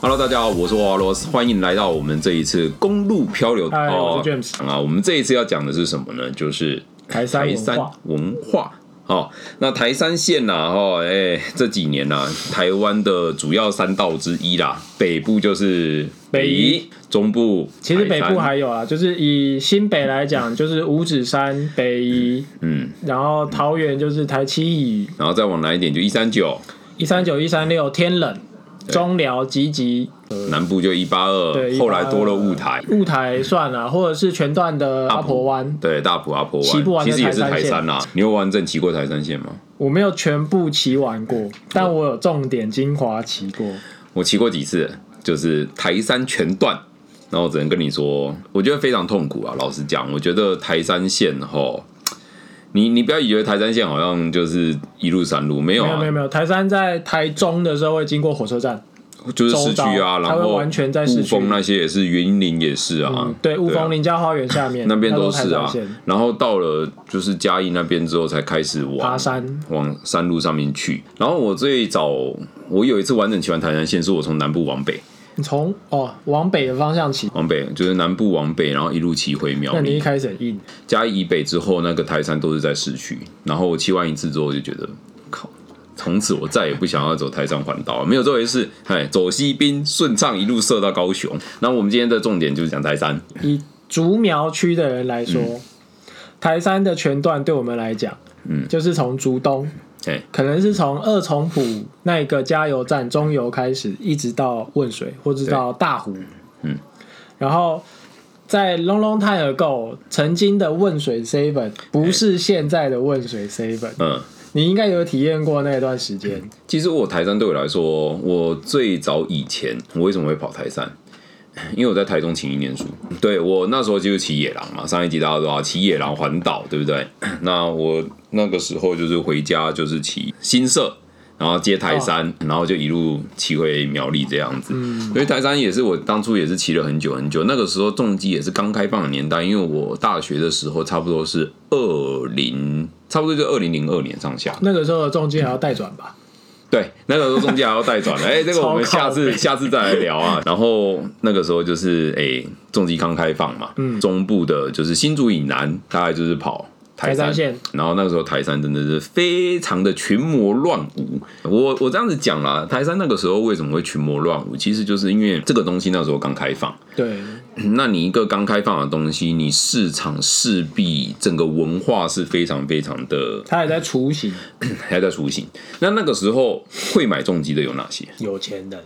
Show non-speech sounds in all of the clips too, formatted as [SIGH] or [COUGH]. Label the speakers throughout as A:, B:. A: Hello，大家好，我是华罗斯，欢迎来到我们这一次公路漂流。
B: 嗨我是 James
A: 啊，我们这一次要讲的是什么呢？就是
B: 台山文化
A: 文化。哦，那台山县呐、哦，哎、这几年呐、台湾的主要三道之一啦，北部就是
B: 北宜
A: 宜，中部
B: 其实
A: 台
B: 北
A: 山
B: 部还有啊，就是以新北来讲，就是五指山、北宜，
A: 嗯，
B: 然后桃园就是台七乙、
A: 然后再往南一点就一三九，
B: 一三九、一三六、天冷、中寮、集集、
A: 南部就一八二，
B: 对
A: 后来多了
B: 182
A: 雾台，
B: 雾台算了，或者是全段的阿婆湾，
A: 对，大埔阿婆
B: 骑不
A: 湾
B: 完
A: 其
B: 的
A: 实也是
B: 台山
A: 台
B: 县
A: 山啦。牛湾镇骑过台山线吗？
B: 我没有全部骑完过，但我有重点精华骑过。
A: 我骑过几次，就是台山全段，然后我只能跟你说，我觉得非常痛苦啊。老实讲，我觉得台山线吼，你你不要以为台山线好像就是一路山路，没有
B: 没有
A: 啊，
B: 没有没有，台山在台中的时候会经过火车站，
A: 就是市区啊，
B: 周遭
A: 然
B: 它
A: 后
B: 会完全在市区
A: 雾峰那些也是，云林也是啊，
B: 嗯，对，雾
A: 对啊
B: 峰林家花园下面
A: 那边
B: 它
A: 都
B: 都台
A: 是
B: 山
A: 啊
B: 线。
A: 然后到了就是嘉义那边之后，才开始
B: 爬
A: 往
B: 山，
A: 往山路上面去。然后我最早我有一次完整骑完台山线，是我从南部往北，
B: 你从哦往北的方向骑，
A: 往北就是南部往北，然后一路骑回苗
B: 那
A: 栗
B: 你一。开始很硬，
A: 嘉义以北之后，那个台山都是在市区。然后我骑完一次之后，我就觉得靠，从此我再也不想要走台山环岛了，没有这回事。哎，走西滨顺畅一路射到高雄。那我们今天的重点就是讲台山，
B: 以竹苗区的人来说，台山的全段对我们来讲，
A: 嗯
B: 就是从竹东，
A: 哎，
B: 可能是从二重埔那个加油站中油开始，一直到汶水或者到大湖，
A: 嗯，
B: 然后。在 long long time ago，曾经的汶水 seven 不是现在的汶水 seven，
A: 嗯。
B: 你应该有体验过那段时间。
A: 其实我台山对我来说，我最早以前我为什么会跑台山？ [LAUGHS] 因为我在台中勤一念书，对我那时候就是骑野狼嘛，上一集大家都知道骑野狼环岛，对不对？ [COUGHS] 那我那个时候就是回家就是骑新社，然后接台山，然后就一路骑回苗栗这样子。因为台山也是我当初也是骑了很久很久，那个时候重机也是刚开放的年代，因为我大学的时候差不多是二零，差不多就二零零二年上下。
B: 那个时候的重机还要带转吧？
A: 对，那个时候中间还要带转
B: [LAUGHS]
A: 的，哎、这个我们
B: 超
A: 下
B: 靠
A: 次
B: 北
A: 下次再来聊
B: [LAUGHS]
A: 啊。然后那个时候就是，哎、重机刚开放嘛，
B: 嗯
A: 中部的就是新竹以南，大概就是跑台山
B: 台山线
A: 然后那个时候台山真的是非常的群魔乱舞。我我这样子讲啦，台山那个时候为什么会群魔乱舞，其实就是因为这个东西那时候刚开放， [CLEARS THROAT]
B: 对，
A: 那你一个刚开放的东西，你市场势必整个文化是非常非常的
B: 他也在雏形
A: 还在雏形。那那个时候会买重机的有哪些？
B: 有钱人，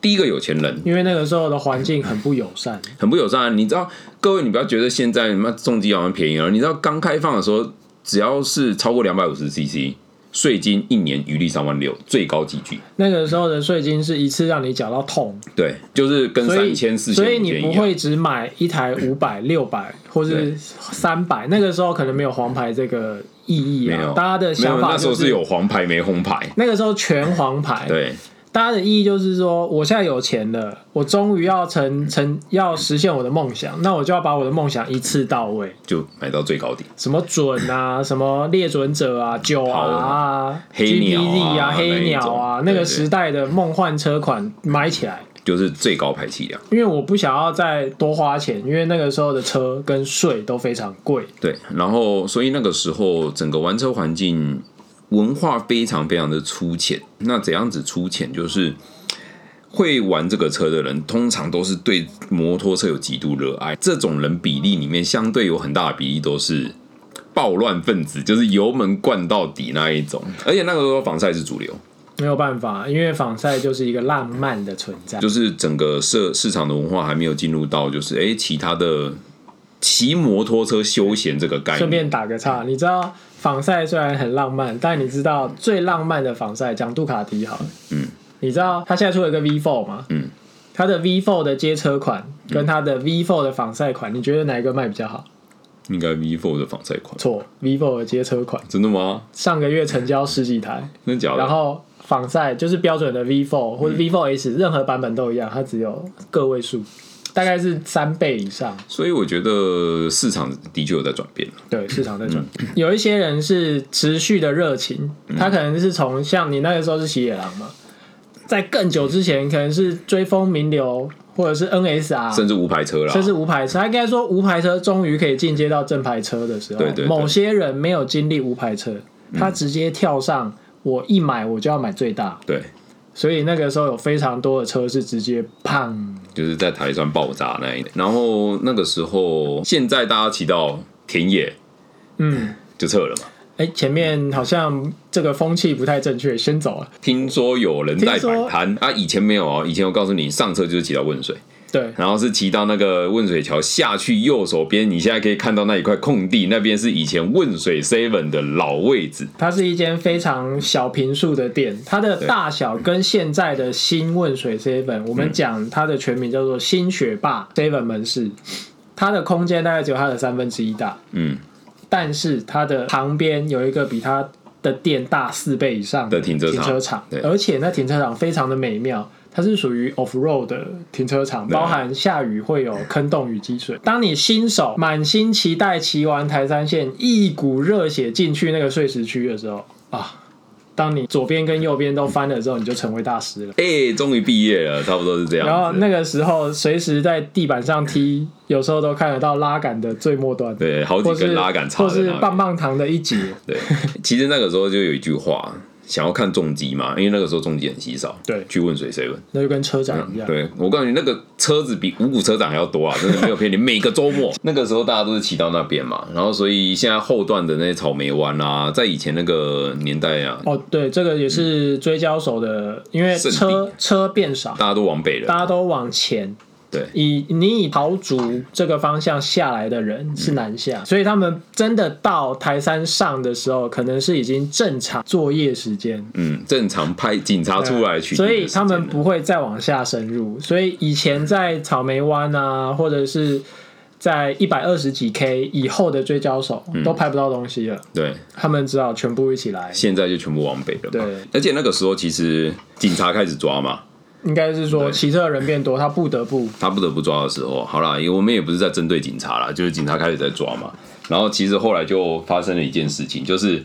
A: 第一个有钱人
B: 因为那个时候的环境很不友善。
A: 很不友善啊，你知道，各位你不要觉得现在你妈重机好像便宜了，你知道刚开放的时候，只要是超过两百五十 CC，税金一年余利三万六，最高几句，
B: 那个时候的税金是一次让你缴到痛，
A: 对，就是跟
B: 所以
A: 三千四千
B: 所以你不
A: 一样。
B: 会只买一台五百、 [LAUGHS] 六百或
A: 对
B: 是三百。那个时候可能没有黄牌这个意义
A: 没
B: 啊
A: 有，，
B: 大家的想
A: 没有
B: 法
A: 那时候
B: 就是
A: 有黄牌没红牌，
B: 那个时候全黄牌，
A: 对
B: 大家的意义就是说，我现在有钱了，我终于要成成要实现我的梦想，那我就要把我的梦想一次到位。
A: 就买到最高点。
B: 什么准啊，什么猎准者啊，九啊，
A: 黑鸟啊
B: GPZ 啊，
A: 那一种
B: 黑鸟啊，
A: 对
B: 那
A: 对
B: 个时代的梦幻车款买起来，
A: 就是最高排气量，
B: 因为我不想要再多花钱，因为那个时候的车跟税都非常贵。
A: 对，然后所以那个时候整个玩车环境文化非常非常的粗浅。那怎样子粗浅？就是会玩这个车的人，通常都是对摩托车有极度热爱。这种人比例里面，相对有很大的比例都是暴乱分子，就是油门灌到底那一种。而且那个时候防晒是主流，
B: 没有办法，因为仿赛就是一个浪漫的存在。
A: 就是整个社市场的文化还没有进入到，就是诶其他的骑摩托车休闲这个概
B: 顺
A: 念。
B: 便打个岔，你知道仿赛虽然很浪漫，但你知道最浪漫的仿赛讲杜卡迪好了，
A: 嗯，
B: 你知道它现在出了一个 V4 嘛？
A: 嗯，
B: 它的 V4 的街车款跟它的 V4 的仿赛款，你觉得哪一个卖比较好？
A: 应该 V4 的防晒款。
B: 错，vivo 的街车款，
A: 真的吗？
B: 上个月成交十几台，
A: 真的假的？
B: 然后仿赛就是标准的 vivo 或者 vivo S，、任何版本都一样，它只有个位数，大概是三倍以上。
A: 所以我觉得市场的确有在转变。
B: 对，市场在转，嗯有一些人是持续的热情，他可能是从像你那个时候是喜野狼嘛，在更久之前，可能是追风名流或者是 NSR，
A: 甚至无牌车啦，
B: 甚至无牌车，他应该说无牌车终于可以进阶到正牌车的时候，
A: 对对对
B: 某些人没有经历无牌车，他直接跳上我一买我就要买最大，
A: 对，
B: 所以那个时候有非常多的车是直接胖，
A: 就是在台上爆炸那一类。然后那个时候，现在大家骑到田野
B: 嗯，
A: 就撤了嘛。
B: 哎、前面好像这个风气不太正确，先走了，
A: 听说有人在
B: 听
A: 摆
B: 说
A: 摊啊，以前没有哦，以前我告诉你，上车就是骑到汶水，
B: 对，
A: 然后是骑到那个汶水桥下去右手边，你现在可以看到那一块空地，那边是以前汶水 Seven 的老位置。
B: 它是一间非常小平数的店，它的大小跟现在的新汶水 Seven，我们讲它的全名叫做新学霸 Seven 门市，它的空间大概只有它的三分之一大，
A: 嗯，
B: 但是它的旁边有一个比它的店大四倍以上
A: 的停车场
B: 停车场
A: 对，
B: 而且那停车场非常的美妙。它是属于 off road 的停车场，
A: 对
B: 包含下雨会有坑洞与积水。当你新手满心期待骑完台山线，一股热血进去那个碎石区的时候啊，当你左边跟右边都翻了之后，你就成为大师了。
A: 哎、终于毕业了，差不多是这样子。
B: 然后那个时候，随时在地板上踢，有时候都看得到拉杆的最末端。
A: 对，好
B: 或
A: 几
B: 是
A: 根拉杆插
B: 或
A: 在
B: 是
A: 那边。
B: 棒棒糖的一节，
A: 对， [LAUGHS] 其实那个时候就有一句话，想要看重机嘛，因为那个时候重机很稀少。
B: 对
A: 去问水 seven。
B: 那就跟车长一样。
A: 对我告诉你，那个车子比五谷车长还要多啊，真的没有骗你。每个周
B: [LAUGHS]
A: 末那个时候大家都是骑到那边嘛，然后所以现在后段的那些草莓湾啊，在以前那个年代啊，
B: 哦，对，这个也是追焦手的，因为
A: 嗯圣地
B: 车车变少，
A: 大家都往北了。
B: 大家都往前。
A: 对
B: 以你以桃竹这个方向下来的
A: 嗯
B: 人是南下，所以他们真的到台山上的时候，可能是已经正常作业时间，
A: 嗯，正常派警察出来取缔的
B: 啊所
A: 时间
B: 以
A: 了，
B: 他们不会再往下深入。所以以前在草莓湾啊，或者是在一百二十几 K 以后的追焦手
A: 嗯
B: 都拍不到东西了，
A: 对，
B: 他们只好全部一起来。
A: 现在就全部往北了嘛。
B: 对，
A: 而且那个时候其实警察开始抓嘛，
B: 应该是说
A: 对
B: 骑车的人变多，他不
A: [LAUGHS]
B: 得不
A: 他不得不抓的时候，好啦，也我们也不是在针对警察啦，就是警察开始在抓嘛。然后其实后来就发生了一件事情，就是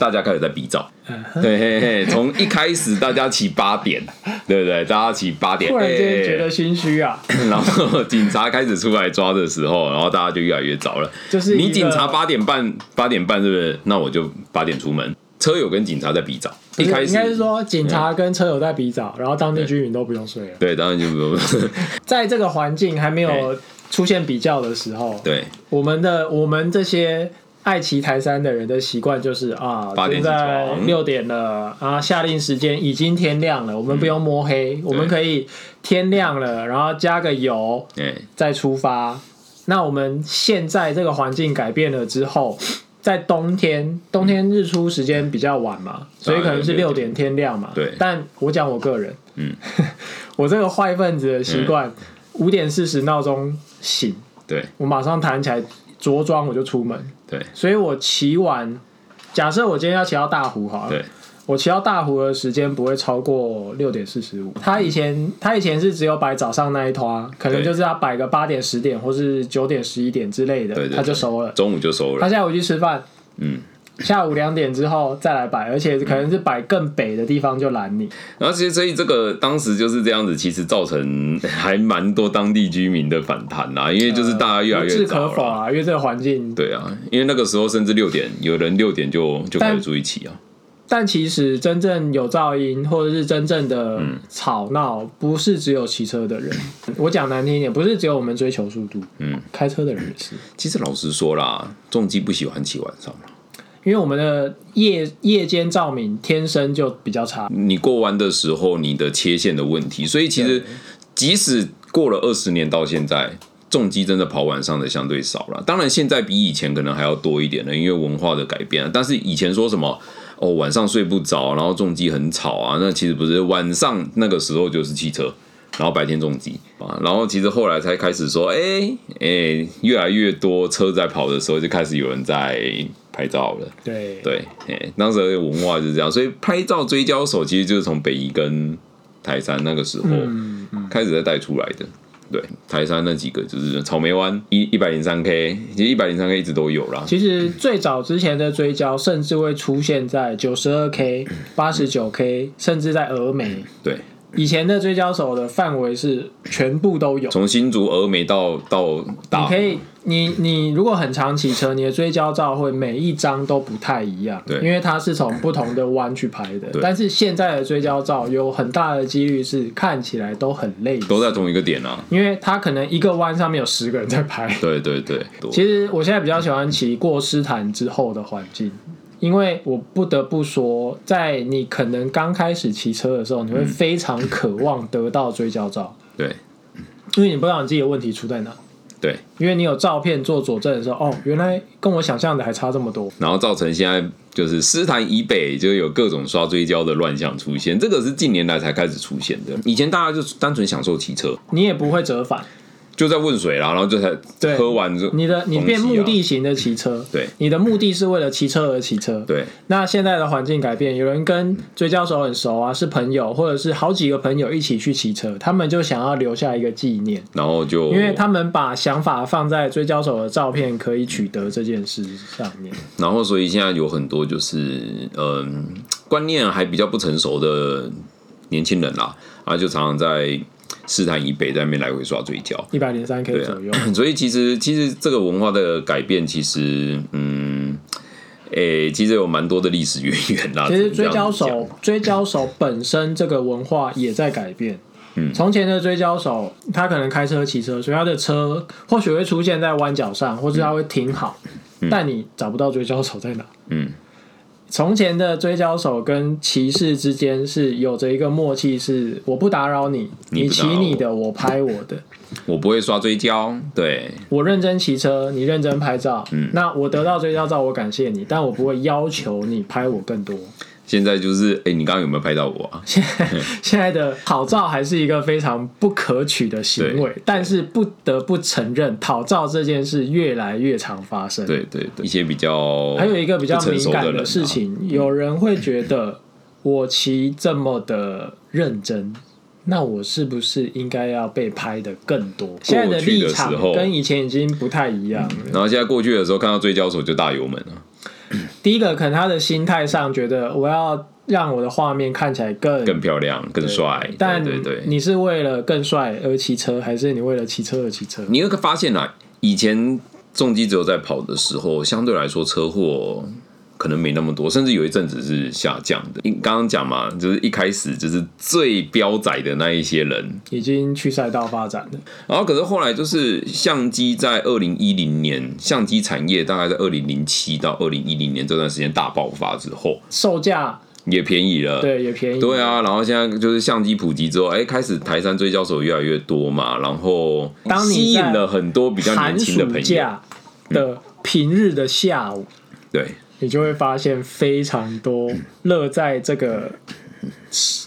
A: 大家开始在比照，
B: 嗯
A: 对嘿嘿，从一开始大家起八点，对不对？大家起八点，
B: 突然间
A: 哎
B: 觉得心虚啊，
A: [LAUGHS] 然后警察开始出来抓的时候，然后大家就越来越早了。
B: 就是一个
A: 你警察八点半，八点半是不是？那我就八点出门。车友跟警察在比照，一
B: 不
A: 开
B: 是
A: 始
B: 应该是说警察跟车友在比早，然后当地居民都不用睡了。
A: 对，当然就不 [LAUGHS]
B: 在这个环境还没有
A: 对
B: 出现比较的时候，
A: 对
B: 我们的我们这些爱骑台山的人的习惯就是啊，
A: 八点
B: 现
A: 起床
B: 在六点了啊，下令时间已经天亮了，我们不用摸
A: 嗯
B: 黑，我们可以天亮了，然后加个油，
A: 哎
B: 再出发。那我们现在这个环境改变了之后，在冬天，冬天日出时间比较晚
A: 嗯
B: 嘛，所以可能是六点天亮嘛。
A: 对
B: 但我讲我个人，
A: 嗯，
B: [LAUGHS] 我这个坏分子的习惯，五、点四十闹钟醒，
A: 对
B: 我马上弹起来着装我就出门，
A: 对
B: 所以我骑完。假设我今天要骑到大湖好了，
A: 对，
B: 我骑到大湖的时间不会超过六点四十五。他以前他以前是只有摆早上那一团，可能
A: 对
B: 就是要摆个八点、十点或是九点、十一点之类的
A: 对，对
B: 他就熟了。
A: 中午就收
B: 他
A: 了，
B: 下午去吃饭，
A: 嗯。
B: 下午两点之后再来摆，而且可能是摆更北的地方就拦你。
A: 然后其实所以这个当时就是这样子，其实造成 [LAUGHS] 还蛮多当地居民的反弹啦、因为就是大家越来
B: 呃无
A: 越
B: 置
A: 早
B: 可否
A: 了。
B: 啊，因为这个环境。
A: 对啊，因为那个时候甚至六点，有人六点就就开始住一起啊。
B: 但其实真正有噪音或者是真正的吵闹，不是只有骑车的人。我讲难听一点，不是只有我们追求速度，
A: 嗯，
B: 开车的人也是。
A: 其实老实说啦，重机不喜欢骑晚上啦
B: 因为我们的夜夜间照明天生就比较差，
A: 你过弯的时候，你的切线的问题，所以其实即使过了二十年到现在，重机真的跑晚上的相对少了。当然，现在比以前可能还要多一点了，因为文化的改变啊。但是以前说什么哦，晚上睡不着，然后重机很吵啊，那其实不是，晚上那个时候就是汽车。然后白天重机啊，然后其实后来才开始说，哎哎，越来越多车在跑的时候，就开始有人在拍照了。
B: 对，
A: 对，哎、当时的文化就是这样，所以拍照追焦手其实就是从北宜跟台山那个时候
B: 嗯
A: 开始在带出来的。对，台山那几个就是草莓湾一一百零三 K，其实一百零三 K 一直都有啦。
B: 其实最早之前的追焦，甚至会出现在九十二 K、八十九 K，甚至在峨眉。
A: 对，
B: 以前的追焦手的范围是全部都有，
A: 从新竹峨眉到到
B: 你
A: 大
B: 可
A: 湖，
B: 以，你你如果很常骑车，你的追焦照会每一张都不太一样，
A: 对
B: 因为它是从不同的弯去拍的。
A: 对
B: 但是现在的追焦照有很大的几率是看起来都很累，
A: 都在同一个点啊。
B: 因为它可能一个弯上面有十个人
A: [LAUGHS]
B: 在拍。
A: 对对对，多
B: 其实我现在比较喜欢骑过斯坦之后的环境，因为我不得不说，在你可能刚开始骑车的时候，
A: 嗯
B: 你会非常渴望得到追焦照，
A: 对
B: 因为你不知道你自己的问题出在哪。
A: 对，
B: 因为你有照片做佐证的时候，哦，原来跟我想象的还差这么多。
A: 然后造成现在就是诗坛以北就有各种刷追焦的乱象出现，这个是近年来才开始出现的。以前大家就单纯享受骑车，
B: 你也不会折返，
A: 就在问水啦，然后就才
B: 对
A: 喝完之后，
B: 你的你变
A: 东西啊
B: 目的型的骑车，
A: 对
B: 你的目的是为了骑车而骑车。
A: 对
B: 那现在的环境改变，有人跟追焦手很熟啊，是朋友，或者是好几个朋友一起去骑车，他们就想要留下一个纪念，
A: 然后就
B: 因为他们把想法放在追焦手的照片可以取得这件事上面。
A: 然后所以现在有很多就是嗯、观念还比较不成熟的年轻人啦，啊就常常在诗坛以北在那边来回刷追焦。
B: 一百零三 K
A: 对啊
B: 左
A: [COUGHS]
B: 右，
A: 所以其实其实这个文化的改变，其实嗯，诶、其实有蛮多的历史渊源啦。
B: 其实追
A: 这样
B: 焦
A: 子讲
B: 手，追焦手本身这个文化也在改变。
A: 嗯
B: 从前的追焦手，他可能开车、骑车，所以他的车或许会出现在弯角上，或是他会停好，但你找不到追焦手在哪。
A: 嗯，
B: 从前的追焦手跟骑士之间是有着一个默契，是我不打扰你，
A: 你
B: 你
A: 不打
B: 骑
A: 扰我
B: 你的，我拍我的。
A: 我不会刷追焦，对
B: 我认真骑车，你认真拍照。嗯，那我得到追焦照，我感谢你，但我不会要求你拍我更多。
A: 现在就是诶、你刚刚有没有拍到我啊？
B: 现在 [LAUGHS] 现在的讨照还是一个非常不可取的行为
A: 对，
B: 但是不得不承认，讨照这件事越来越常发生。，
A: 对对对，一些比较
B: 还有一个比较
A: 不成
B: 敏
A: 熟的
B: 感
A: 人啊
B: 事情，有人会觉得我骑这么的认真。那我是不是应该要被拍的更多？现在的立场
A: 时候
B: 跟以前已经不太一样了。
A: 然后现在过去的时候看到追焦手就大油门了，
B: 第一个，可能他的心态上觉得我要让我的画面看起来更
A: 更漂亮更帅，
B: 但
A: 对对对，
B: 你是为了更帅而骑车，还是你为了骑车而骑车？
A: 你会发现啊，以前重机只有在跑的时候，相对来说车祸。可能没那么多，甚至有一阵子是下降的。因刚刚讲嘛，就是一开始就是最标仔的那一些人，
B: 已经去赛道发展了，
A: 然后可是后来就是相机在二零一零年，相机产业大概在二零零七到二零一零年这段时间大爆发之后，
B: 售价
A: 也便宜了。
B: 对也便宜，
A: 对啊，然后现在就是相机普及之后，哎，开始台山追焦手越来越多嘛，然后
B: 当你在
A: 吸引了很多比较年
B: 寒
A: 轻的
B: 暑
A: 朋友，嗯
B: 假的平日的下午，
A: 对，
B: 你就会发现非常多
A: 嗯
B: 乐在这个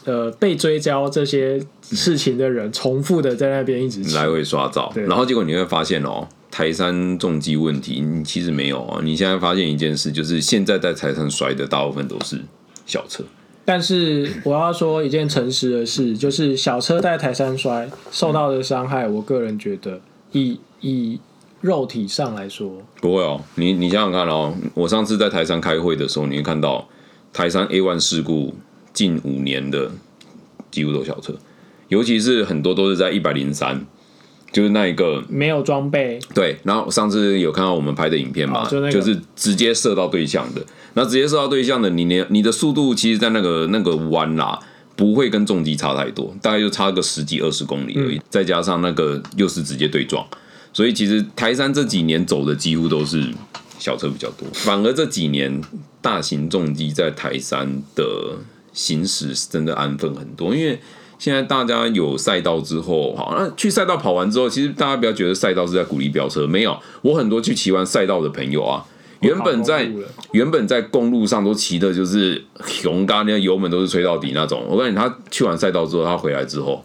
B: 呃被追焦这些事情的人，重复的在那边一直骑
A: 来回刷照，
B: 对
A: 然后结果你会发现哦。台山重机问题，你其实没有哦。你现在发现一件事，就是现在在台山摔的大部分都是小车，
B: 但是我要说一件诚实的事，就是小车在台山摔受到的伤害，我个人觉得以以肉体上来说，
A: 不会哦，你你想想看哦，我上次在台山开会的时候，你会看到台山 A one 事故近五年的几乎都小车，尤其是很多都是在一百零三，就是那一个
B: 没有装备，
A: 对。然后上次有看到我们拍的影片嘛，
B: 哦就那个
A: 是直接射到对象的，那直接射到对象的，你连你的速度其实，在那个那个弯啦、不会跟重机差太多，大概就差个十几二十公里而
B: 嗯
A: 已，再加上那个又是直接对撞，所以其实台山这几年走的几乎都是小车比较多，反而这几年大型重机在台山的行驶是真的安分很多，因为。现在大家有赛道之后，好，那去赛道跑完之后，其实大家不要觉得赛道是在鼓励飙车，没有，我很多去骑完赛道的朋友啊，原本在
B: 跑公路了
A: 原本在公路上都骑的就是熊嘎，那个油门都是吹到底那种。我告诉你，他去完赛道之后，他回来之后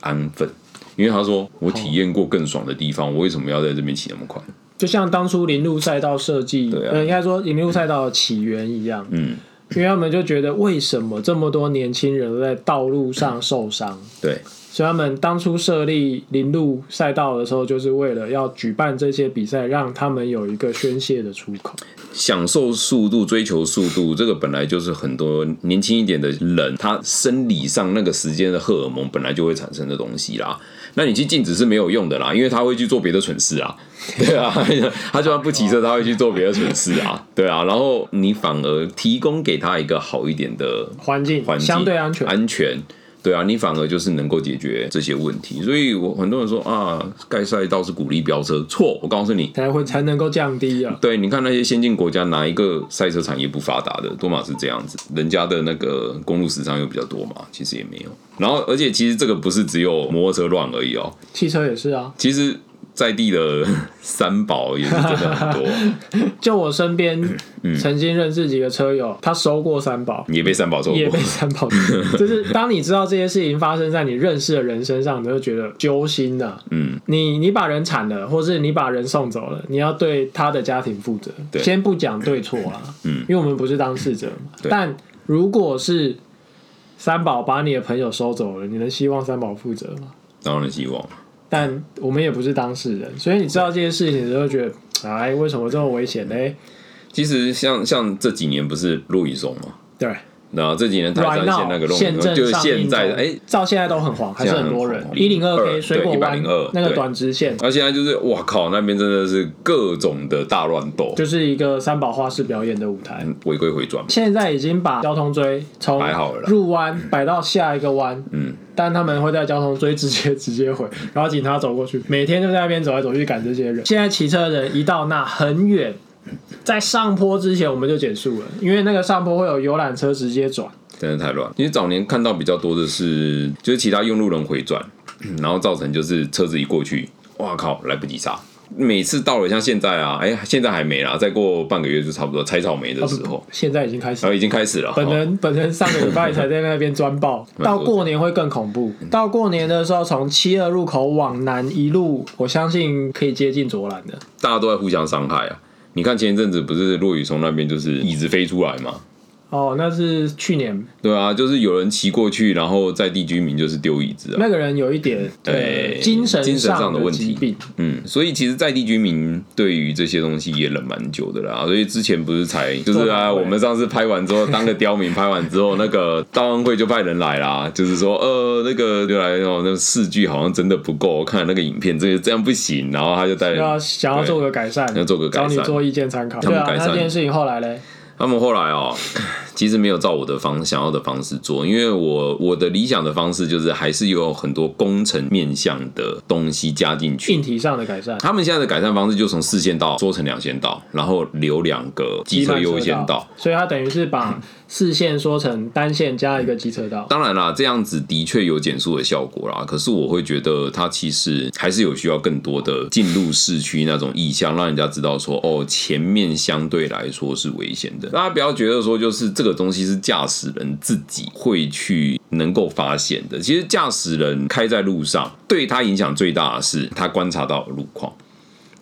A: 安分，因为他说
B: 哦
A: 我体验过更爽的地方，我为什么要在这边骑那么快？
B: 就像当初林路赛道设计，
A: 对啊
B: 呃，应该说林路赛道的起源一样，嗯，因为他们就觉得为什么这么多年轻人都在道路上受伤，
A: 对
B: 所以他们当初设立林路赛道的时候，就是为了要举办这些比赛，让他们有一个宣泄的出口。
A: 享受速度、追求速度，这个本来就是很多年轻一点的人，他生理上那个时间的荷尔蒙本来就会产生的东西啦。那你去禁止是没有用的啦，因为他会去做别的蠢事
B: [LAUGHS]
A: 啊，对啊，他就算不骑车，他会去做别的蠢事啊，对啊。然后你反而提供给他一个好一点的
B: 环境
A: 环境
B: 相对安全，
A: 安全。对啊，你反而就是能够解决这些问题，所以我很多人说啊，盖赛道是鼓励飙车，错。我告诉你，
B: 才会才能够降低啊。
A: 对，你看那些先进国家，哪一个赛车产业不发达的？多玛是这样子，人家的那个公路时长又比较多嘛，其实也没有。然后，而且其实这个不是只有摩托车乱而已哦，
B: 汽车也是啊，
A: 其实在地的 [LAUGHS] 三宝也是真的很
B: [LAUGHS]
A: 多，
B: 就我身边
A: 嗯
B: 曾经认识几个车友，他收过三宝，
A: 也被三宝收
B: 也被
A: [LAUGHS] 过。
B: 三宝， [LAUGHS] 就是当你知道这些事情发生在你认识的人身上，你就会觉得揪心呐、
A: 嗯，
B: 你你把人铲了，或是你把人送走了，你要对他的家庭负责。
A: 对
B: 先不讲对错啦，
A: 嗯
B: 因为我们不是当事者嘛。
A: 对
B: 但如果是三宝把你的朋友收走了，你能希望三宝负责吗？
A: 当然希望。
B: 但我们也不是当事人，所以你知道这些事情，你就会觉得，哎，为什么这么危险呢？
A: 其实像像这几年不是陆宇松嘛，
B: 对，
A: 那这几年台
B: 软
A: 山县
B: 闹
A: 那个弄，
B: 现政
A: 就是
B: 上
A: 现
B: 映
A: 在
B: 中
A: 哎，
B: 到现在都很黄，还是很多人
A: 现在很黄
B: 一零二 K
A: 对
B: 水果湾
A: 102
B: 那个
A: 对
B: 短直线，
A: 那现在就是哇靠，那边真的是各种的大乱斗，
B: 就是一个三宝画室表演的舞台。
A: 违规回转嘛。
B: 现在已经把交通锥从
A: 摆好了啦
B: 入弯摆到下一个弯，
A: 嗯，
B: 但他们会在交通锥直接直接回，然后警察走过去，每天就在那边走来走去赶这些人。现在骑车的人一到那很远，在上坡之前我们就减速了，因为那个上坡会有游览车直接转，
A: 真的太乱。其实早年看到比较多的是，就是其他用路人回转，然后造成就是车子一过去，哇靠，来不及刹。每次到了像现在啊，哎、现在还没啦，再过半个月就差不多采草莓的时候，
B: 现在已经开始
A: 然后已经开始了。
B: 本
A: 哦
B: 人本人上个礼拜才在那边钻
A: [LAUGHS]
B: 爆，到过年会更恐怖。
A: 嗯
B: 到过年的时候，从七二路口往南一路，我相信可以接近左兰的。
A: 大家都在互相伤害啊。你看前一阵子不是落雨从那边就是椅子飞出来嘛？
B: 哦，那是去年
A: 对啊，就是有人骑过去，然后在地居民就是丢椅子啊。
B: 那个人有一点
A: 对
B: 呃精神
A: 精神
B: 上
A: 上的问题
B: 疾病，
A: 嗯，所以其实在地居民对于这些东西也忍蛮久的啦，所以之前不是才就是啊，
B: 做法会
A: 我们上次拍完之后，当个刁民拍完之后，那 [LAUGHS] 个大安会就派人来啦，就是说呃那个就来哦，那视剧好像真的不够，看了那个影片这个这样不行，然后他就带
B: 要想要做个改善，
A: 要做个改善
B: 找你做意见参考。
A: 他
B: 对
A: 们
B: 啊，
A: 改
B: 那
A: 善
B: 这件事情后来嘞，
A: 他们后来哦， [SNIFFS] 其实没有照我的方想要的方式做，因为我我的理想的方式就是还是有很多工程面向的东西加进去，
B: 硬体上的改善，
A: 他们现在的改善方式就从四线道缩成两线道，然后留两个机车优先道。，
B: 所以它等于是把四线说成单线加一个机车道。
A: 当然啦，这样子的确有减速的效果啦。可是我会觉得它其实还是有需要更多的进入市区那种意向，让人家知道说哦，前面相对来说是危险的。大家不要觉得说就是这个东西是驾驶人自己会去能够发现的。其实驾驶人开在路上，对他影响最大的是他观察到的路况。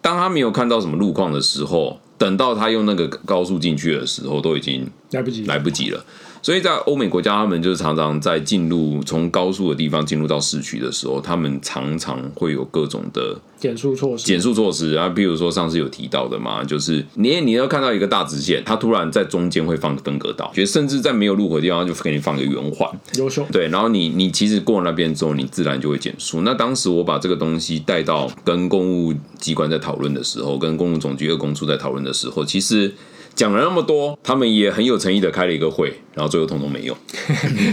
A: 当他没有看到什么路况的时候，等到他用那个高速进去的时候，都已经
B: 来不及，
A: 来不及了。所以在欧美国家，他们就是常常在进入从高速的地方进入到市区的时候，他们常常会有各种的
B: 减速措施，
A: 减速措施啊，比如说上次有提到的嘛，就是你你要看到一个大直线，它突然在中间会放分隔岛，觉得甚至在没有路口的地方它就给你放个圆环，
B: 优秀。
A: 对，然后你你其实过了那边之后，你自然就会减速。那当时我把这个东西带到跟公务机关在讨论的时候，跟公务总局二公处在讨论的时候，其实讲了那么多，他们也很有诚意的开了一个会，然后最后通通没 [LAUGHS] 用，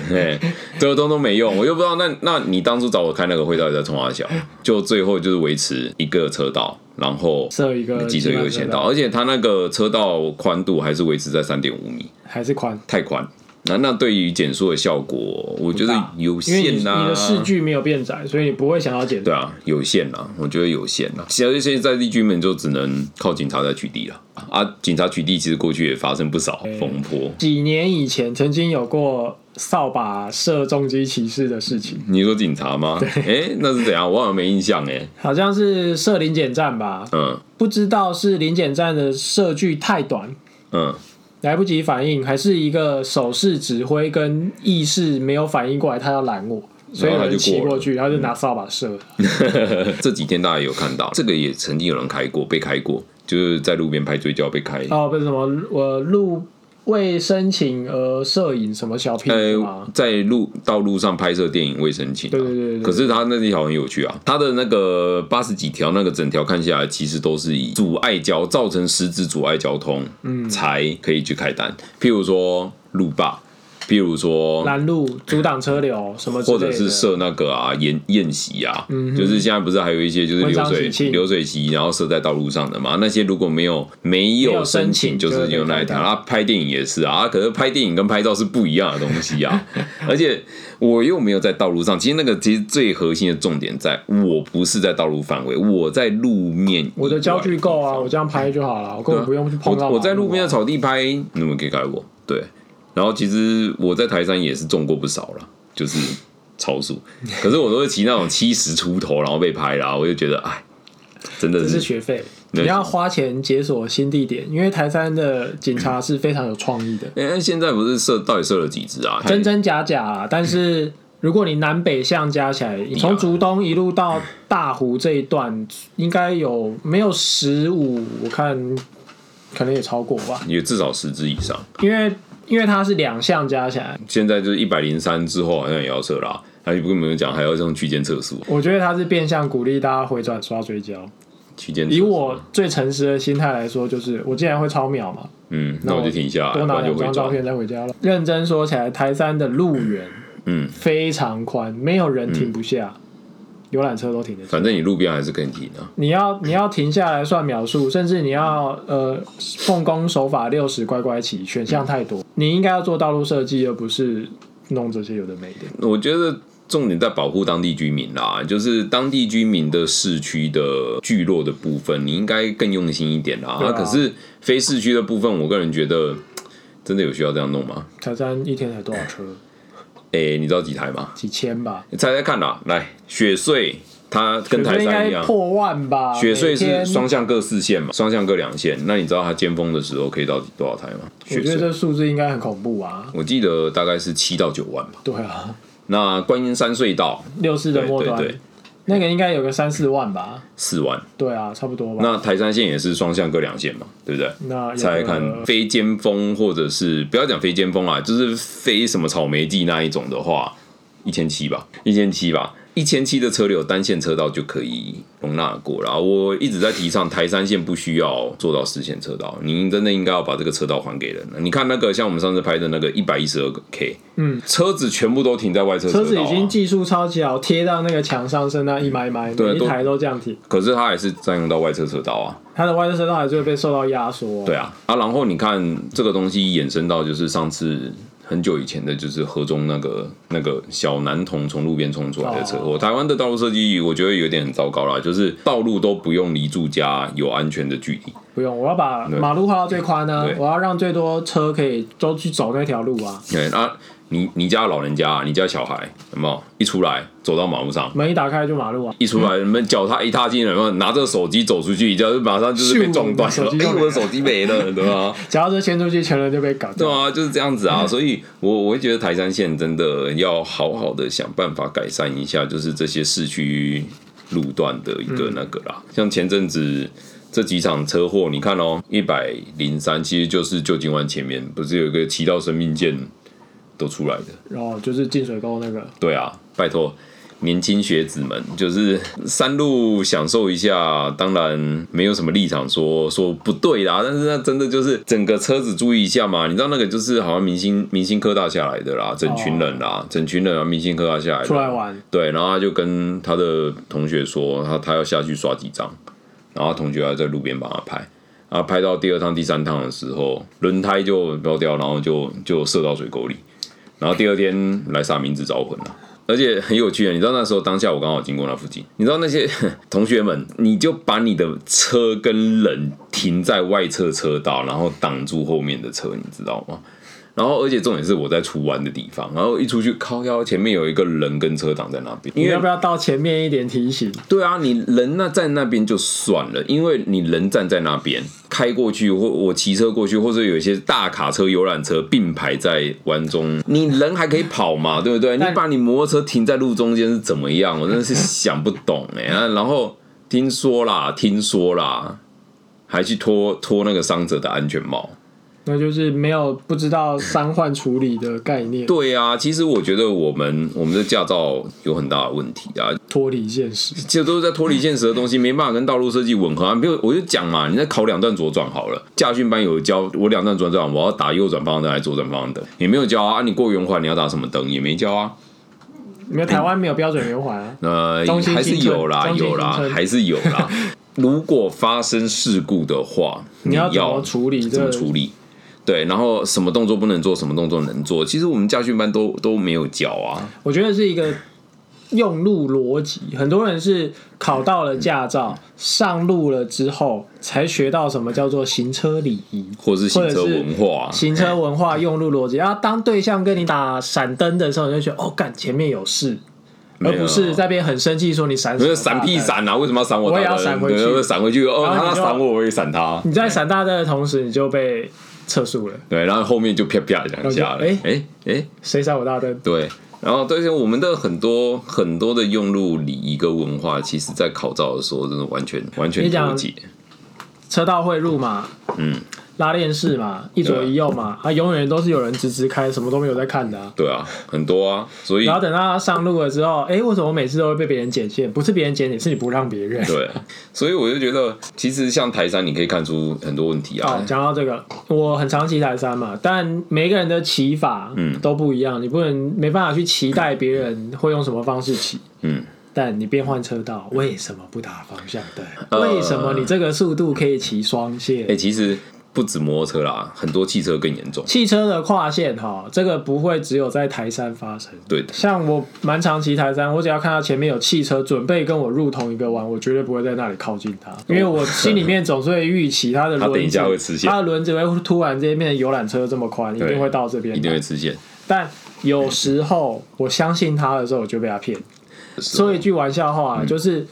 A: 对，最后通通没用，我就不知道那那你当初找我开那个会到底在冲啥小，就最后就是维持一个车道，然后
B: 设一个
A: 机车优先道，而且它那个车道宽度还是维持在三点五米。
B: 还是宽，
A: 太宽。那那对于减速的效果，我觉得有
B: 因为你
A: 限呐、
B: 你的视距没有变窄，所以你不会想要减。
A: 啊对啊，有限呐、我觉得有限呐、其实现在地居们就只能靠警察在取缔了啊。警察取缔其实过去也发生不少风波。
B: 几年以前曾经有过扫把射重机骑士的事情，
A: 你说警察吗？哎、那是怎样？我好像没印象哎、
B: 好像是射零检站吧，
A: 嗯
B: 不知道是零检站的射距太短。
A: 嗯， [LAUGHS]
B: 来不及反应，还是一个手势指挥跟意识没有反应过来，他要拦我，所以
A: 然
B: 有
A: 后他
B: 人
A: 就
B: 骑
A: 过了嗯
B: 过去，然后就拿扫把射。
A: 这几天大家也有看到，这个也曾经有人开过，被开过，就是在路边拍追焦被开。
B: 哦，不是什么，我路为申请而呃摄影什么小屁是
A: 呃
B: 吗？，
A: 在路道路上拍摄电影未申请、啊，
B: 啊对对对对对
A: 可是他那条很有趣啊，他的那个八十几条那个整条看下来，其实都是以阻碍交造成实质阻碍交通，嗯，才可以去开单。譬如说路霸，譬如说
B: 拦路、阻挡车流什么之
A: 或
B: 类的，嗯
A: 者是设那个啊宴宴席啊，就是现在不是还有一些就是
B: 婚
A: 流
B: 丧喜
A: 水
B: 庆
A: 流水席，然后设在道路上的嘛？那些如果没有没
B: 没
A: 有
B: 有申
A: 申
B: 请
A: 请，就是
B: 就
A: 有
B: 会被
A: 那一条。
B: 开单
A: 啊，拍电影也是啊，啊可是拍电影跟拍照是不一样的东西
B: [LAUGHS]
A: 啊，而且我又没有在道路上。其实那个其实最核心的重点在，我不是在道路范围，我在路面以外。
B: 我的焦距够啊，我这样拍就好了，我根本不用去碰到马啊、
A: 我我在路边的草地拍，你们可以改我。对，然后其实我在台山也是中过不少了，就是超
B: [LAUGHS]
A: 速，可是我都是骑那种七十出头，然后被拍啦，我就觉得哎，真的
B: 这是
A: 是
B: 学费，
A: 那
B: 你要花钱解锁新地点，因为台山的警察是非常有创意的，
A: 哎、现在不是设到底设了几只啊？
B: 真真假假啊。但
A: 嗯
B: 是如果你南北向加起
A: 啊
B: 来，你从竹东一路到大湖这一段，应该有没有十五？我看可能也超过吧，
A: 也至少十只以上。
B: 因为因为它是两项加起来，
A: 现在就是一百零三之后好像也要设啦，还不跟你们讲还要用区间测速，
B: 我觉得它是变相鼓励大家回转刷追焦。
A: 区间测速
B: 以我最诚实的心态来说，就是我既然会超秒嘛，
A: 嗯，那我就停下来，
B: 多
A: 不
B: 拿
A: 然就
B: 两
A: 回
B: 张照
A: 转。
B: 片再回家了。认真说起来，台山的路源
A: 嗯，
B: 非常宽，没有人停不下，游览车都停得下。
A: 反正你路边还是可以停啊。
B: 你要你要停下来算秒数，甚至你要呃奉公守法六十乖乖骑，选项太
A: 嗯
B: 多，你应该要做道路设计，而不是弄这些有的没的。
A: 我觉得重点在保护当地居民啦，就是当地居民的市区的聚落的部分，你应该更用心一点啦。
B: 对啊
A: 可是非市区的部分，我个人觉得真的有需要这样弄吗？
B: 台山一天才多少车？
A: 诶，你知道几台吗？
B: 几千吧，
A: 你猜猜看啦，来，雪穗它跟台山
B: 应
A: 一
B: 该
A: 样。
B: 破万吧。
A: 雪穗
B: 每
A: 是
B: 天
A: 双向各四线嘛，双向各两线。那你知道它尖峰的时候可以到多少台吗？
B: 我
A: 雪
B: 觉得
A: 穗，
B: 这数字应该很恐怖啊！
A: 我记得大概是七到九万吧。
B: 对啊，
A: 那观音山隧道，
B: 六四的
A: 对
B: 末
A: 对
B: 端，
A: 对，
B: 那个应该有个三四万吧？
A: 四万。
B: 对啊，差不多吧。
A: 那台山线也是双向各两线嘛，对不对？
B: 那有
A: 猜
B: 个
A: 猜看非尖峰或者是不要讲非尖峰啊，就是非什么草莓季那一种的话，一千七吧，一千七吧，一千七的车流单线车道就可以容纳过了。我一直在提倡台山线不需要做到四线车道，您真的应该要把这个车道还给人了。你看那个像我们上次拍的那个一百一十二 K，
B: 嗯，
A: 车子全部都停在外侧道、
B: 车
A: 啊，
B: 子已经技术超级好，贴到那个墙上，剩那一埋埋，
A: 对
B: 每
A: 都
B: 一台都这样贴。
A: 可是它还是占用到外侧车道啊。
B: 它的外侧车道还是会被受到压缩。哦
A: 对，啊，啊，然后你看这个东西衍生到就是上次很久以前的，就是河中那个那个小男童从路边冲出来的
B: 哦
A: 车祸。台湾的道路设计我觉得有点很糟糕啦，就是道路都不用离住家有安全的距离。
B: 不用，我要把马路画到最宽呢
A: 对，
B: 我要让最多车可以都去走那条路啊。
A: 对啊，你你家老人家，你家小孩有没有一出来走到马路上？
B: 门一打开就马路啊，
A: 一出来，你们脚踏一踏进来，有没有拿着手机走出去，一下就马上就是被
B: 咻
A: 撞断
B: 手
A: 了，
B: 机就
A: 哎，
B: 没
A: 我的手机没了，对吧？
B: 只要是牵出去，前轮就被搞
A: 对
B: 掉。
A: 啊，就是这样子啊，所以我我会觉得台山县真的要好好的想办法改善一下，就是这些市区路段的一个那个啦。像前阵子这几场车祸，你看哦，一百零三其实就是旧金湾前面不是有一个骑到生命线都出来的？
B: 然后就是进水沟那个，
A: 对啊，拜托。年轻学子们，就是山路享受一下，当然没有什么立场说说不对啦，但是那真的就是整个车子注意一下嘛。你知道那个就是好像明星明星科大下来的啦，整群人啦，整群人啊，明星科大下来的
B: 哦出来玩，
A: 对，啊然后他就跟他的同学说，他他要下去刷几张，然后他同学还在路边帮他拍，然后拍到第二趟、第三趟的时候，轮胎就飙掉，然后就就射到水沟里，然后第二天来撒名字招魂了。而且很有趣啊，你知道那时候当下我刚好经过那附近，你知道那些 [LAUGHS] 同学们，你就把你的车跟人停在外侧车道，然后挡住后面的车，你知道吗？然后而且重点是我在出弯的地方，然后一出去靠腰，前面有一个人跟车挡在那边，
B: 你
A: 因为
B: 要不要到前面一点提醒？
A: 对啊，你人那站那边就算了，因为你人站在那边开过去，或我骑车过去，或者有一些大卡车、游览车并排在弯中，你人还可以跑嘛，对不对？你
B: 但
A: 把你摩托车停在路中间是怎么样？我真的是想不懂哎、啊 [LAUGHS] 然后听说啦，听说啦，还去脱脱那个伤者的安全帽。
B: 那就是没有不知道伤患处理的概念，
A: 对啊，其实我觉得我们我们的驾照有很大的问题啊，
B: 脱离现实。
A: 这都是在脱离现实的东西，没办法跟道路设计吻合啊。比如我就讲嘛，你再考两段左转好了，驾训班有教我两段左转，我要打右转方向灯还是左转方向灯，也没有教啊。啊你过圆环你要打什么灯也没教啊。
B: 没有台湾没有标准圆环啊，
A: 呃，
B: 中心
A: 还是
B: 新村
A: 有啦，
B: 中心
A: 有啦
B: 新，村
A: 还是有
B: [LAUGHS]
A: 啦。如果发生事故的话，
B: 你要
A: 要
B: 怎么处理
A: 怎
B: 这
A: 么
B: 个？
A: 处理？对，然后什么动作不能做，什么动作能做？其实我们驾训班都都没有教啊。
B: 我觉得是一个用路逻辑。很多人是考到了驾照，上路了之后才学到什么叫做行车礼仪、
A: 或是行车
B: 或者是
A: 文化啊、
B: 行车文化、用路逻辑。然后当对象跟你打闪灯的时候，你就觉得哦，干前面有事，
A: 没
B: 而
A: 有
B: 不是在那边很生气说你闪什
A: 没
B: 么
A: 有
B: 大
A: 闪屁
B: 灯。
A: 闪啊！为什么要闪我？
B: 我也要闪回去
A: 对闪回去。哦，
B: 然后
A: 他
B: 你就
A: 闪我，我也闪他。
B: 你在闪大灯的同时，你就被测速了。
A: 对，然后后面就啪啪两下了。
B: 然后就
A: 哎哎哎，
B: 谁闪我大灯？
A: 对。然后，但是我们的很多很多的用路礼仪跟文化，其实在考照的时候，真的完全完全
B: 你讲
A: 脱节。
B: 车道汇入嘛，
A: 嗯，
B: 拉链式嘛，一左一右嘛，啊，永远都是有人直直开，什么都没有在看的、啊。
A: 对啊，很多啊，所以
B: 然后等到他上路了之后，哎、为什么我每次都会被别人剪线？不是别人剪你，是你不让别人。
A: 对，所以我就觉得，其实像台山，你可以看出很多问题
B: 哦
A: 啊，。
B: 讲到这个，我很常骑台山嘛，但每个人的骑法
A: 嗯
B: 都不一样，你不能没办法去期待别人会用什么方式骑。
A: 嗯，
B: 但你变换车道，为什么不打方向灯？
A: 呃
B: 为什么你这个速度可以骑双线？
A: 哎，其实不止摩托车啦，很多汽车更严重。
B: 汽车的跨线哈，这个不会只有在台山发生。
A: 对的，
B: 像我蛮常骑台山，我只要看到前面有汽车准备跟我入同一个弯，我绝对不会在那里靠近它，因为我心里面总是会预期它的
A: 哦 [LAUGHS] 它等
B: 轮
A: 一
B: 子
A: 下会吃，线
B: 它的轮子会突然之间变成游览车这么宽，一
A: 对
B: 定会到这边
A: 一定
B: 来。
A: 会吃线。
B: 但有时候我相信它的时候，我就被它骗。说一句玩笑话，啊
A: 嗯
B: 就是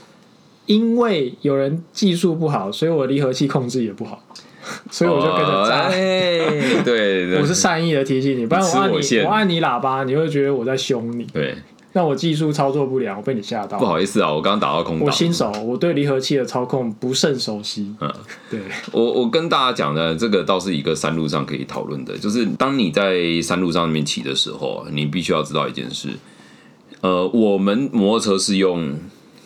B: 因为有人技术不好，所以我离合器控制也不好， [LAUGHS] 所以我就跟着
A: 哦
B: 扎。
A: 哎对，对
B: [LAUGHS] 我是善意的提醒你，不然我按
A: 你吃我
B: 你，
A: 线
B: 我按你喇叭，你会觉得我在凶你。
A: 对，
B: 那我技术操作不良，我被你吓
A: 不
B: 到。
A: 好意思啊，我刚刚打到空
B: 我
A: 档。
B: 新手，我对离合器的操控不甚熟悉。
A: 嗯， [LAUGHS]
B: 对，
A: 我我跟大家讲的这个倒是一个山路上可以讨论的，就是当你在山路上面骑的时候，啊你必须要知道一件事，呃，我们摩托车是用。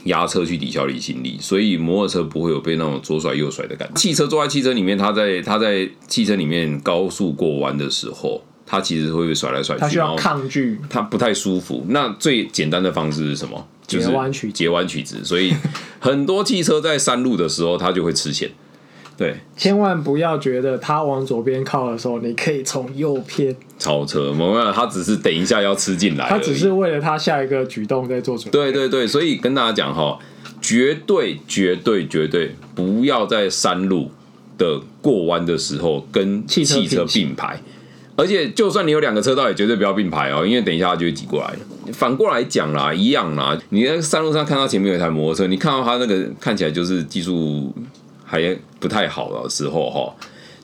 A: 压车去抵消离心力，所以摩托车不会有被那种左甩右甩的感觉。汽车坐在汽车里面，它在它在汽车里面高速过弯的时候，它其实会被甩来甩去，
B: 它需
A: 然
B: 要
A: 后
B: 抗拒。
A: 它不太舒服。那最简单的方式是什么？就是
B: 截弯取直
A: 截弯取直。所以很多汽车在山路的时候，它就会吃线。对，
B: 千万不要觉得它往左边靠的时候，你可以从右偏，
A: 超车，没有，它只是等一下要吃进来而已。
B: 它只是为了它下一个举动在做准备。
A: 对对对，所以跟大家讲哈，绝对绝对绝对不要在山路的过弯的时候跟
B: 汽
A: 汽车
B: 车并行
A: 并排。而且，就算你有两个车道，也绝对不要并排哦，因为等一下它就会挤过来了。反过来讲啦，一样啦。你在山路上看到前面有一台摩托车，你看到它那个看起来就是技术还不太好的时候哈，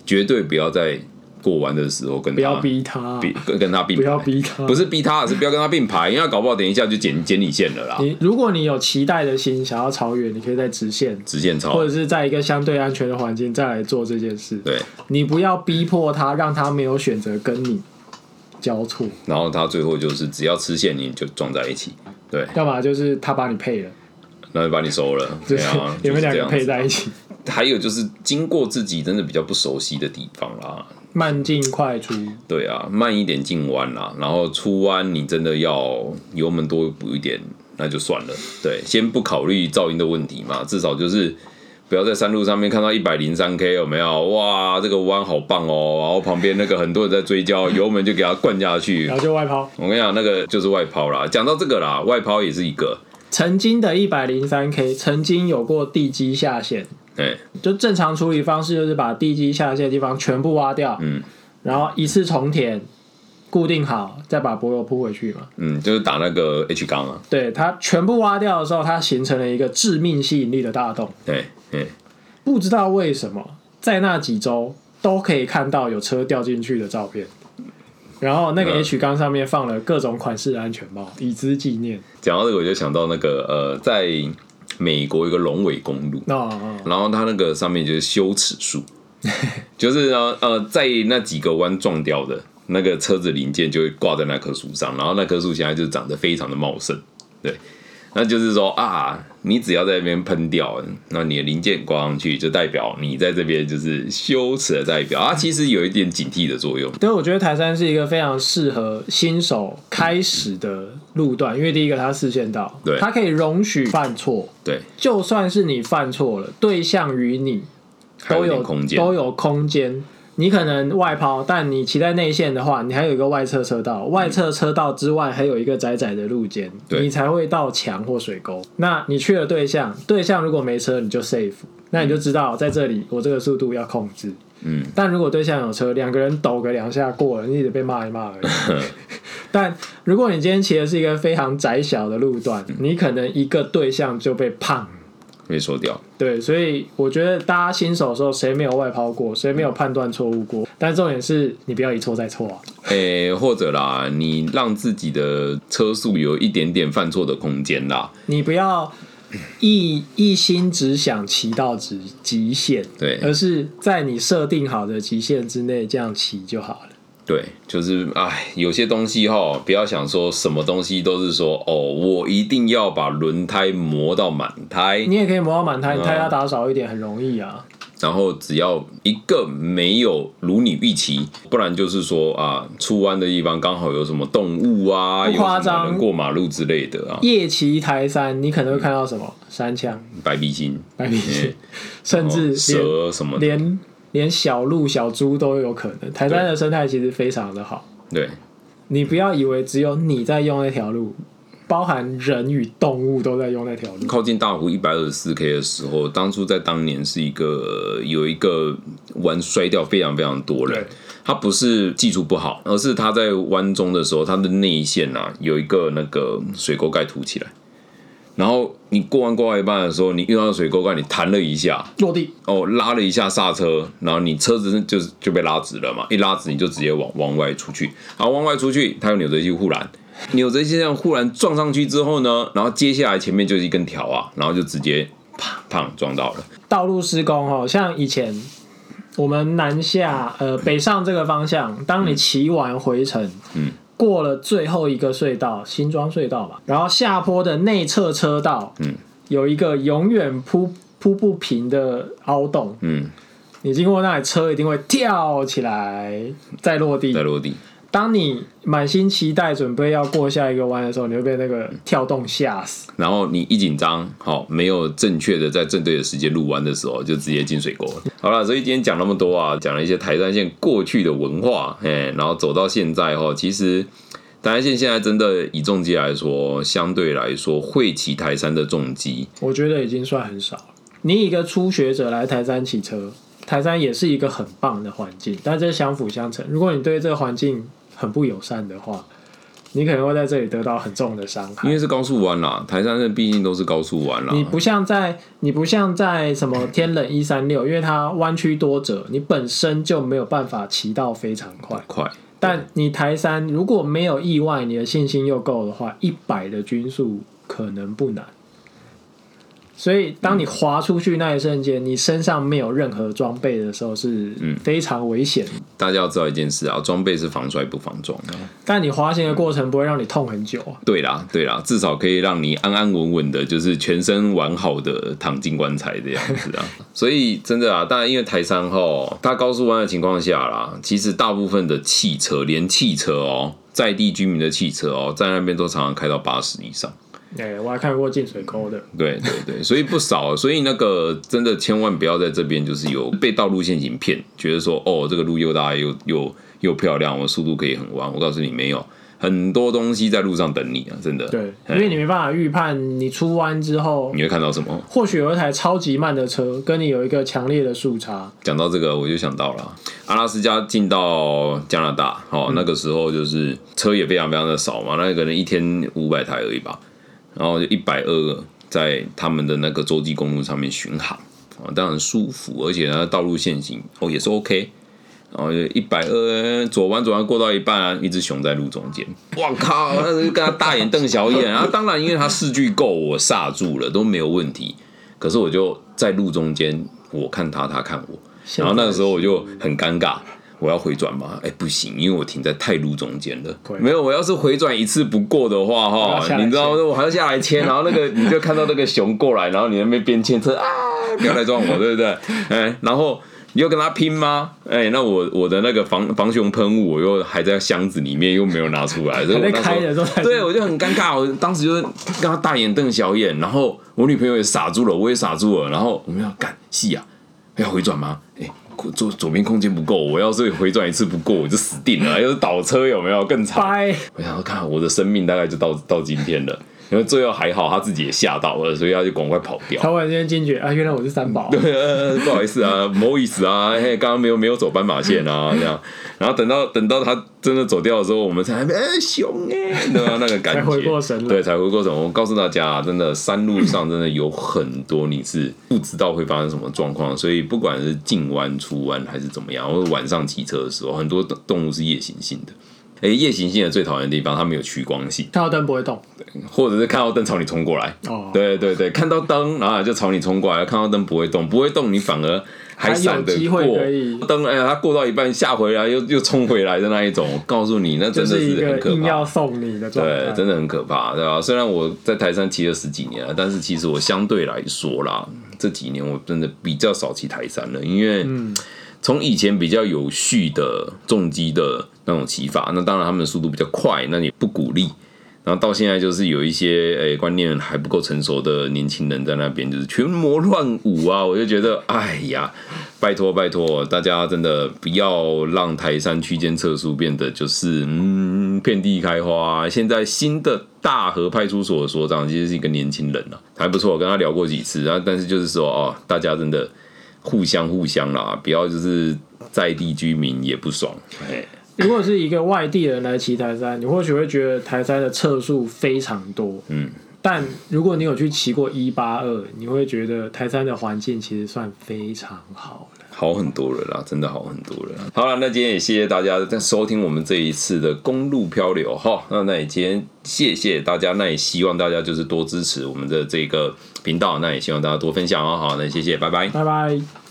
A: 绝对不要在过弯的时候跟
B: 不要
A: 它
B: 逼它，
A: 比跟跟它并
B: 不
A: 排，
B: 要逼它。
A: 啊不是逼他，是不要跟他并排，因为他搞不好等一下就减减你线了啦。
B: 你，如果你有期待的心，想要超越，你可以在直线，
A: 直线超
B: 或者是在一个相对安全的环境再来做这件事。
A: 哦对，
B: 你不要逼迫它，让它没有选择跟你交错。
A: 然后他最后就是只要吃线你就撞在一起，对，
B: 要么就是他把你配了，
A: 然后就把你收了，
B: 就
A: 对
B: 是
A: 啊，
B: [LAUGHS] 你
A: 就是
B: 们两
A: 这
B: 个
A: 样
B: 配
A: 子。
B: 在一起，
A: 还有就是经过自己真的比较不熟悉的地方啦，
B: 慢进快出。
A: 对啊，慢一点进弯啦，然后出弯你真的要油门多补一点，那就算了，对，先不考虑噪音的问题嘛，至少就是。不要在山路上面看到一百零三 K 有没有？哇，这个弯好棒哦！然后旁边那个很多人在追焦，油门就给它灌下去
B: 然。后就外抛。
A: 我跟你讲，那个就是外抛啦。讲到这个啦，外抛也是一个，
B: 曾经的一百零三 K，曾经有过地基下陷，
A: 哎、
B: 就正常处理方式就是把地基下陷的地方全部挖掉，
A: 嗯，
B: 然后一次重填，固定好，再把柏油铺回去嘛。
A: 嗯，就是打那个 H 杠啊，
B: 对，它全部挖掉的时候，它形成了一个致命吸引力的大洞。
A: 对，嗯，
B: 不知道为什么，在那几周都可以看到有车掉进去的照片。然后那个
A: 嗯
B: H 杠上面放了各种款式的安全帽，以资纪念。
A: 讲到这个我就想到那个呃，在美国有个龙尾公路，
B: 哦哦，
A: 然后它那个上面就是羞耻数， [LAUGHS] 就是呢呃，在那几个弯撞掉的那个车子零件就会挂在那棵树上，然后那棵树现在就长得非常的茂盛，对，那就是说啊，你只要在那边喷掉，那你的零件挂上去，就代表你在这边就是羞耻的代表啊，其实有一点警惕的作用，
B: 对，我觉得台山是一个非常适合新手开始的路段，因为第一个它四线道，
A: 对
B: 它可以容许犯错，
A: 对，
B: 就算是你犯错了，对象与你
A: 还有
B: 都
A: 一
B: 有
A: 点空间，
B: 都有空间。你可能外抛，但你骑在内线的话，你还有一个外侧车道，外侧车道之外还有一个窄窄的路肩，
A: 对
B: 你才会到墙或水沟。那你去了对象，对象如果没车，你就 safe，那你就知道在这里我这个速度要控制。
A: 嗯，
B: 但如果对象有车，两个人抖个两下过了，你也被骂一骂而已。
A: [LAUGHS]
B: 但如果你今天骑的是一个非常窄小的路段，你可能一个对象就被胖
A: 被说掉，
B: 对，所以我觉得大家新手的时候，谁没有外抛过，谁没有判断错误过？但重点是你不要一错再错啊。
A: 诶、或者啦，你让自己的车速有一点点犯错的空间啦，
B: 你不要一一心只想骑到极极限，
A: 对
B: 而是在你设定好的极限之内这样骑就好了。
A: 对，就是哎，有些东西哈，不要想说什么东西都是说哦，我一定要把轮胎磨到满胎
B: 你，也可以磨到满胎，
A: 嗯
B: 你胎压打少一点，很容易啊。
A: 然后只要一个没有如你预期，不然就是说啊，出弯的地方刚好有什么动物啊，
B: 不
A: 有
B: 夸
A: 什
B: 张
A: 么人过马路之类的啊，
B: 夜骑台山，你可能会看到什么山枪、
A: 白鼻星、
B: 白鼻星，甚至
A: 哦
B: 连
A: 蛇什么的，
B: 连连小鹿、小猪都有可能。台山的生态其实非常的好。
A: 对
B: 你不要以为只有你在用那条路，包含人与动物都在用那条路。
A: 靠近大湖一百二十四 K 的时候，当初在当年是一个呃有一个弯摔掉非常非常多人
B: 对，
A: 他不是技术不好，而是他在弯中的时候，他的内线啊有一个那个水沟盖凸起来，然后你过弯过到一半的时候，你遇到水沟盖，你弹了一下，
B: 落地，
A: 哦，拉了一下刹车，然后你车子就是就被拉直了嘛，一拉直你就直接往往外出去，好，往外出去，它有扭折机护栏，扭折机这样护栏撞上去之后呢，然后接下来前面就是一根条啊，然后就直接啪啪撞到了，
B: 道路施工哦，像以前我们南下呃北上这个方向，当你骑完回程，
A: 嗯，
B: 过了最后一个隧道，新庄隧道嘛，然后下坡的内侧车道，
A: 嗯，
B: 有一个永远铺铺不平的凹洞，
A: 嗯，
B: 你经过那里车一定会跳起来再落地，
A: 在落地，
B: 当你满心期待准备要过下一个弯的时候，你会被那个跳动吓死。
A: 然后你一紧张，好，没有正确的在正对的时间入弯的时候，就直接进水沟了。好了，所以今天讲那么多啊，讲了一些台山县过去的文化，哎，然后走到现在哈，其实台山县现在真的以重机来说，相对来说会骑台山的重机，
B: 我觉得已经算很少了。你以一个初学者来台山骑车，台山也是一个很棒的环境，但这相辅相成。如果你对这个环境很不友善的话，你可能会在这里得到很重的伤
A: 因
B: 害。
A: 为是高速弯啦，台山县毕竟都是高速弯啦
B: 你，不像在你不像在什么天冷一三六，因为它弯曲多折，你本身就没有办法骑到非常快。
A: 快，
B: 但你台山如果没有意外，你的信心又够的话，一百的均速可能不难。所以，当你滑出去那一瞬间，你身上没有任何装备的时候，是
A: 嗯
B: 非常危险的。
A: 大家要知道一件事啊，装备是防摔不防撞的。
B: 但你滑行的过程不会让你痛很久啊。
A: 对 [LAUGHS] 啦，对啦，至少可以让你安安稳稳的，就是全身完好的躺进棺材这样子啊。所以真的啊，当然因为台山吼，它高速弯的情况下啦，其实大部分的汽车，连汽车哦，在地居民的汽车哦，在那边都常常开到八十以上。
B: 哎、我还看过进水沟的，
A: 对对对，所以不少，所以那个真的千万不要在这边就是有被道路陷阱骗，觉得说哦这个路又大又又又漂亮，我速度可以很弯。我告诉你没有，很多东西在路上等你啊，真的。
B: 对，
A: 嘿嗯
B: 因为你没办法预判你出弯之后，
A: 你会看到什么？
B: 或许有一台超级慢的车跟你有一个强烈的速差，
A: 讲到这个，我就想到了阿拉斯加进到加拿大，哦，那个时候就是车也非常非常的少嘛，那可能一天五百台而已吧，然后就一百二在他们的那个洲际公路上面巡航，哦，当然舒服，而且呢道路限行哦也是 OK。然后就一百二左弯左弯过到一半、啊，一只熊在路中间，我靠！那是跟他大眼瞪小眼啊！ [LAUGHS] 当然，因为他视距够，我刹住了都没有问题。可是我就在路中间，我看他，他看我，然后那个时候我就很尴尬，我要回转吗？哎、不行，因为我停在太路中间了
B: 对。
A: 没有，我要是回转一次不过的话，
B: 我要下
A: 哈，
B: 来
A: 你知道，我还要下来牵，然后那
B: [LAUGHS]
A: 个你就看到那个熊过来，然后你在那边边牵车啊，不要来撞我，对不对？哎，然后。你又跟他拼吗？哎、那我我的那个防防熊喷雾，我又还在箱子里面，又没有拿出来，所以我
B: 还在
A: 那时候
B: 开的时候才
A: 对，我就很尴尬，我当时就是跟他大眼瞪小眼，然后我女朋友也傻住了，我也傻住了，然后我们要干戏啊，要回转吗？哎、左左边空间不够，我要是回转一次不过，我就死定了，要是倒车有没有更惨？
B: 掰。
A: 我想说，看我的生命大概就到到今天了，然后最后还好他自己也吓到了，所以他就赶快跑掉。
B: 突然间惊觉啊，原来我是三宝。
A: 呃，不好意思啊， [LAUGHS] 不好意思啊，嘿，刚刚没有没有走斑马线啊，
B: [LAUGHS]
A: 这样，然后等到等到他真的走掉的时候，我们才哎、熊哎、对
B: [LAUGHS]
A: 吧？那个感觉，
B: 才回过神来
A: 对，才回过神。我告诉大家啊，真的山路上真的有很多你是不知道会发生什么状况，所以不管是近弯、出弯还是怎么样，或者晚上骑车的时候，很多动动物是夜行性的。哎、夜行性的最讨厌的地方，它没有趋光性。
B: 看到灯不会动，
A: 或者是看到灯朝你冲过来。
B: 哦
A: 对对对，看到灯然后就朝你冲过来，看到灯不会动，不会动你反而还闪得
B: 还有机
A: 过
B: 会可以
A: 灯，哎、呀，它过到一半下回来又又冲回来的那一种，我告诉你，那
B: 就
A: 真的
B: 是一
A: 很
B: 个
A: 可
B: 硬
A: 怕
B: 要。送你的状
A: 对，
B: 态。
A: 真的很可怕，对吧、虽然我在台山骑了十几年了，啊但是其实我相对来说啦，这几年我真的比较少骑台山了，因为从以前比较有序的重机的那种骑法，那当然他们的速度比较快，那你不鼓励。然后到现在就是有一些诶、观念还不够成熟的年轻人在那边就是群魔乱舞啊，我就觉得哎呀，拜托拜托，大家真的不要让台山区间测速变得就是嗯遍地开花。现在新的大和派出所的所长其实是一个年轻人啊，还不错，我跟他聊过几次啊，但是就是说哦，大家真的互相互相啦，不要就是在地居民也不爽，哎，
B: 如果是一个外地人来骑台山，你或许会觉得台山的测速非常多，
A: 嗯。
B: 但如果你有去骑过一八二，你会觉得台山的环境其实算非常好了。
A: 好很多了啦，真的好很多了啦。好了，那今天也谢谢大家在收听我们这一次的公路漂流哈。那那也今天谢谢大家，那也希望大家就是多支持我们的这个频道，那也希望大家多分享哦。好，那谢谢，拜拜。
B: 拜拜。